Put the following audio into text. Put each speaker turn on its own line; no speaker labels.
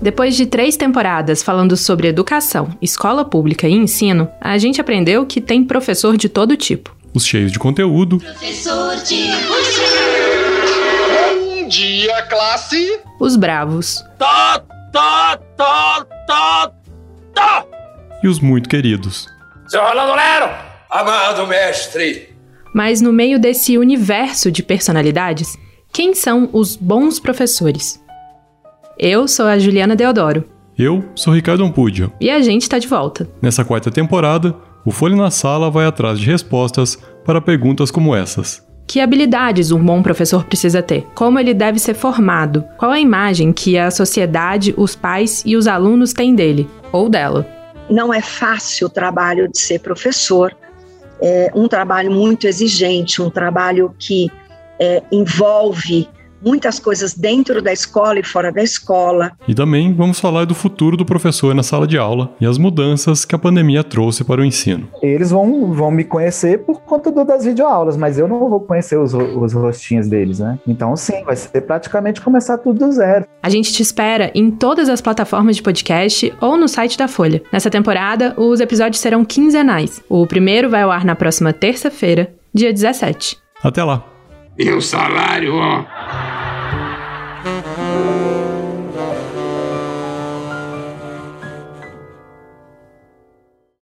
Depois de três temporadas falando sobre educação, escola pública e ensino, a gente aprendeu que tem professor de todo tipo.
Os cheios de conteúdo,
Professor de bucha,
Bom dia, classe!
os bravos
Tá, tá, tá, tá, tá.
e os muito queridos.
Seu Rolando Lero!
Amado mestre!
Mas no meio desse universo de personalidades, quem são os bons professores? Eu sou a Juliana Deodoro
Eu sou Ricardo Ampudia.
e a gente está de volta.
Nessa quarta temporada, o Folha na Sala vai atrás de respostas para perguntas como essas.
Que habilidades um bom professor precisa ter? Como ele deve ser formado? Qual a imagem que a sociedade, os pais e os alunos têm dele ou dela?
não é fácil o trabalho de ser professor, é um trabalho muito exigente, um trabalho que é, envolve muitas coisas dentro da escola e fora da escola.
E também vamos falar do futuro do professor na sala de aula e as mudanças que a pandemia trouxe para o ensino.
Eles vão, vão me conhecer por conta do- das videoaulas, mas eu não vou conhecer os, ro- os rostinhos deles, né? Então, sim, vai ser praticamente começar tudo do zero.
A gente te espera em todas as plataformas de podcast ou no site da Folha. Nessa temporada, os episódios serão quinzenais. O primeiro vai ao ar na próxima terça-feira, dia 17.
Até lá!
E o salário, ó.